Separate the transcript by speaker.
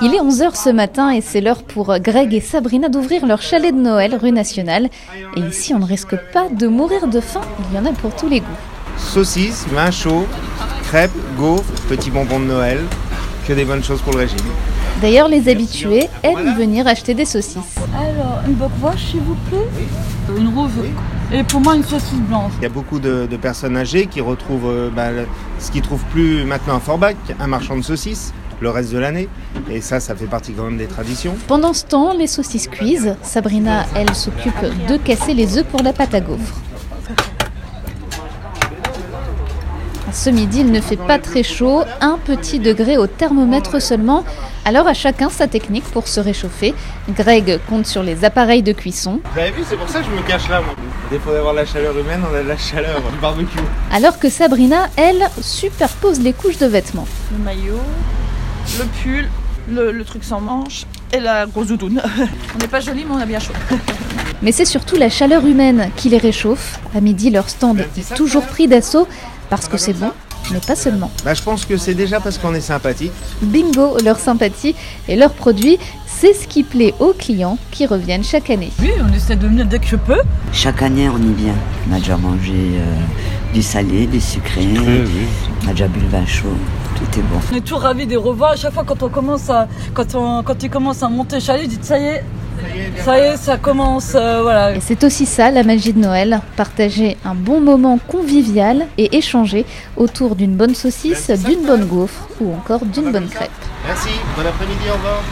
Speaker 1: Il est 11h ce matin et c'est l'heure pour Greg et Sabrina d'ouvrir leur chalet de Noël rue Nationale. Et ici, on ne risque pas de mourir de faim, il y en a pour tous les goûts.
Speaker 2: Saucisses, vin chaud, crêpes, gaufres, petits bonbons de Noël, que des bonnes choses pour le régime.
Speaker 1: D'ailleurs, les habitués aiment venir acheter des saucisses.
Speaker 3: Alors, une bocvoche, s'il vous plaît
Speaker 4: Euh, Une rouge. Et pour moi, une saucisse blanche.
Speaker 2: Il y a beaucoup de, de personnes âgées qui retrouvent euh, bah, le- ce qu'ils trouvent plus maintenant à Forbach, un marchand de saucisses, le reste de l'année. Et ça, ça fait partie quand même des traditions.
Speaker 1: Pendant ce temps, les saucisses cuisent. Sabrina, elle, s'occupe de casser les œufs pour la pâte à gaufres. Ce midi, il ne fait pas très chaud, un petit degré au thermomètre seulement. Alors à chacun sa technique pour se réchauffer. Greg compte sur les appareils de cuisson,
Speaker 2: Vous avez vu, c'est pour ça que je me cache là, moi. Défaut d'avoir la chaleur humaine, on a de la chaleur du barbecue.
Speaker 1: alors que Sabrina, elle, superpose les couches de vêtements.
Speaker 4: Le maillot, le pull, le, le truc sans manche et la grosse doudoune. On n'est pas joli, mais on a bien chaud.
Speaker 1: Mais c'est surtout la chaleur humaine qui les réchauffe. À midi, leur stand est toujours pris d'assaut parce que c'est bon, mais pas seulement.
Speaker 2: Bah, je pense que c'est déjà parce qu'on est sympathique.
Speaker 1: Bingo, leur sympathie et leurs produits, c'est ce qui plaît aux clients qui reviennent chaque année.
Speaker 4: Oui, on essaie de venir dès que je peux.
Speaker 5: Chaque année, on y vient. On a déjà mangé euh, du salé, du sucré. On a déjà bu le vin chaud. Tout est bon.
Speaker 4: On est toujours ravis de les revoir. À chaque fois, quand on commence à, quand on, quand ils commencent à monter le chalet, ils disent ça y est, ça y est, ça commence, euh, voilà.
Speaker 1: Et c'est aussi ça la magie de Noël, partager un bon moment convivial et échanger autour d'une bonne saucisse, d'une bonne gaufre ou encore d'une bonne crêpe.
Speaker 2: Merci, bon après-midi, au revoir.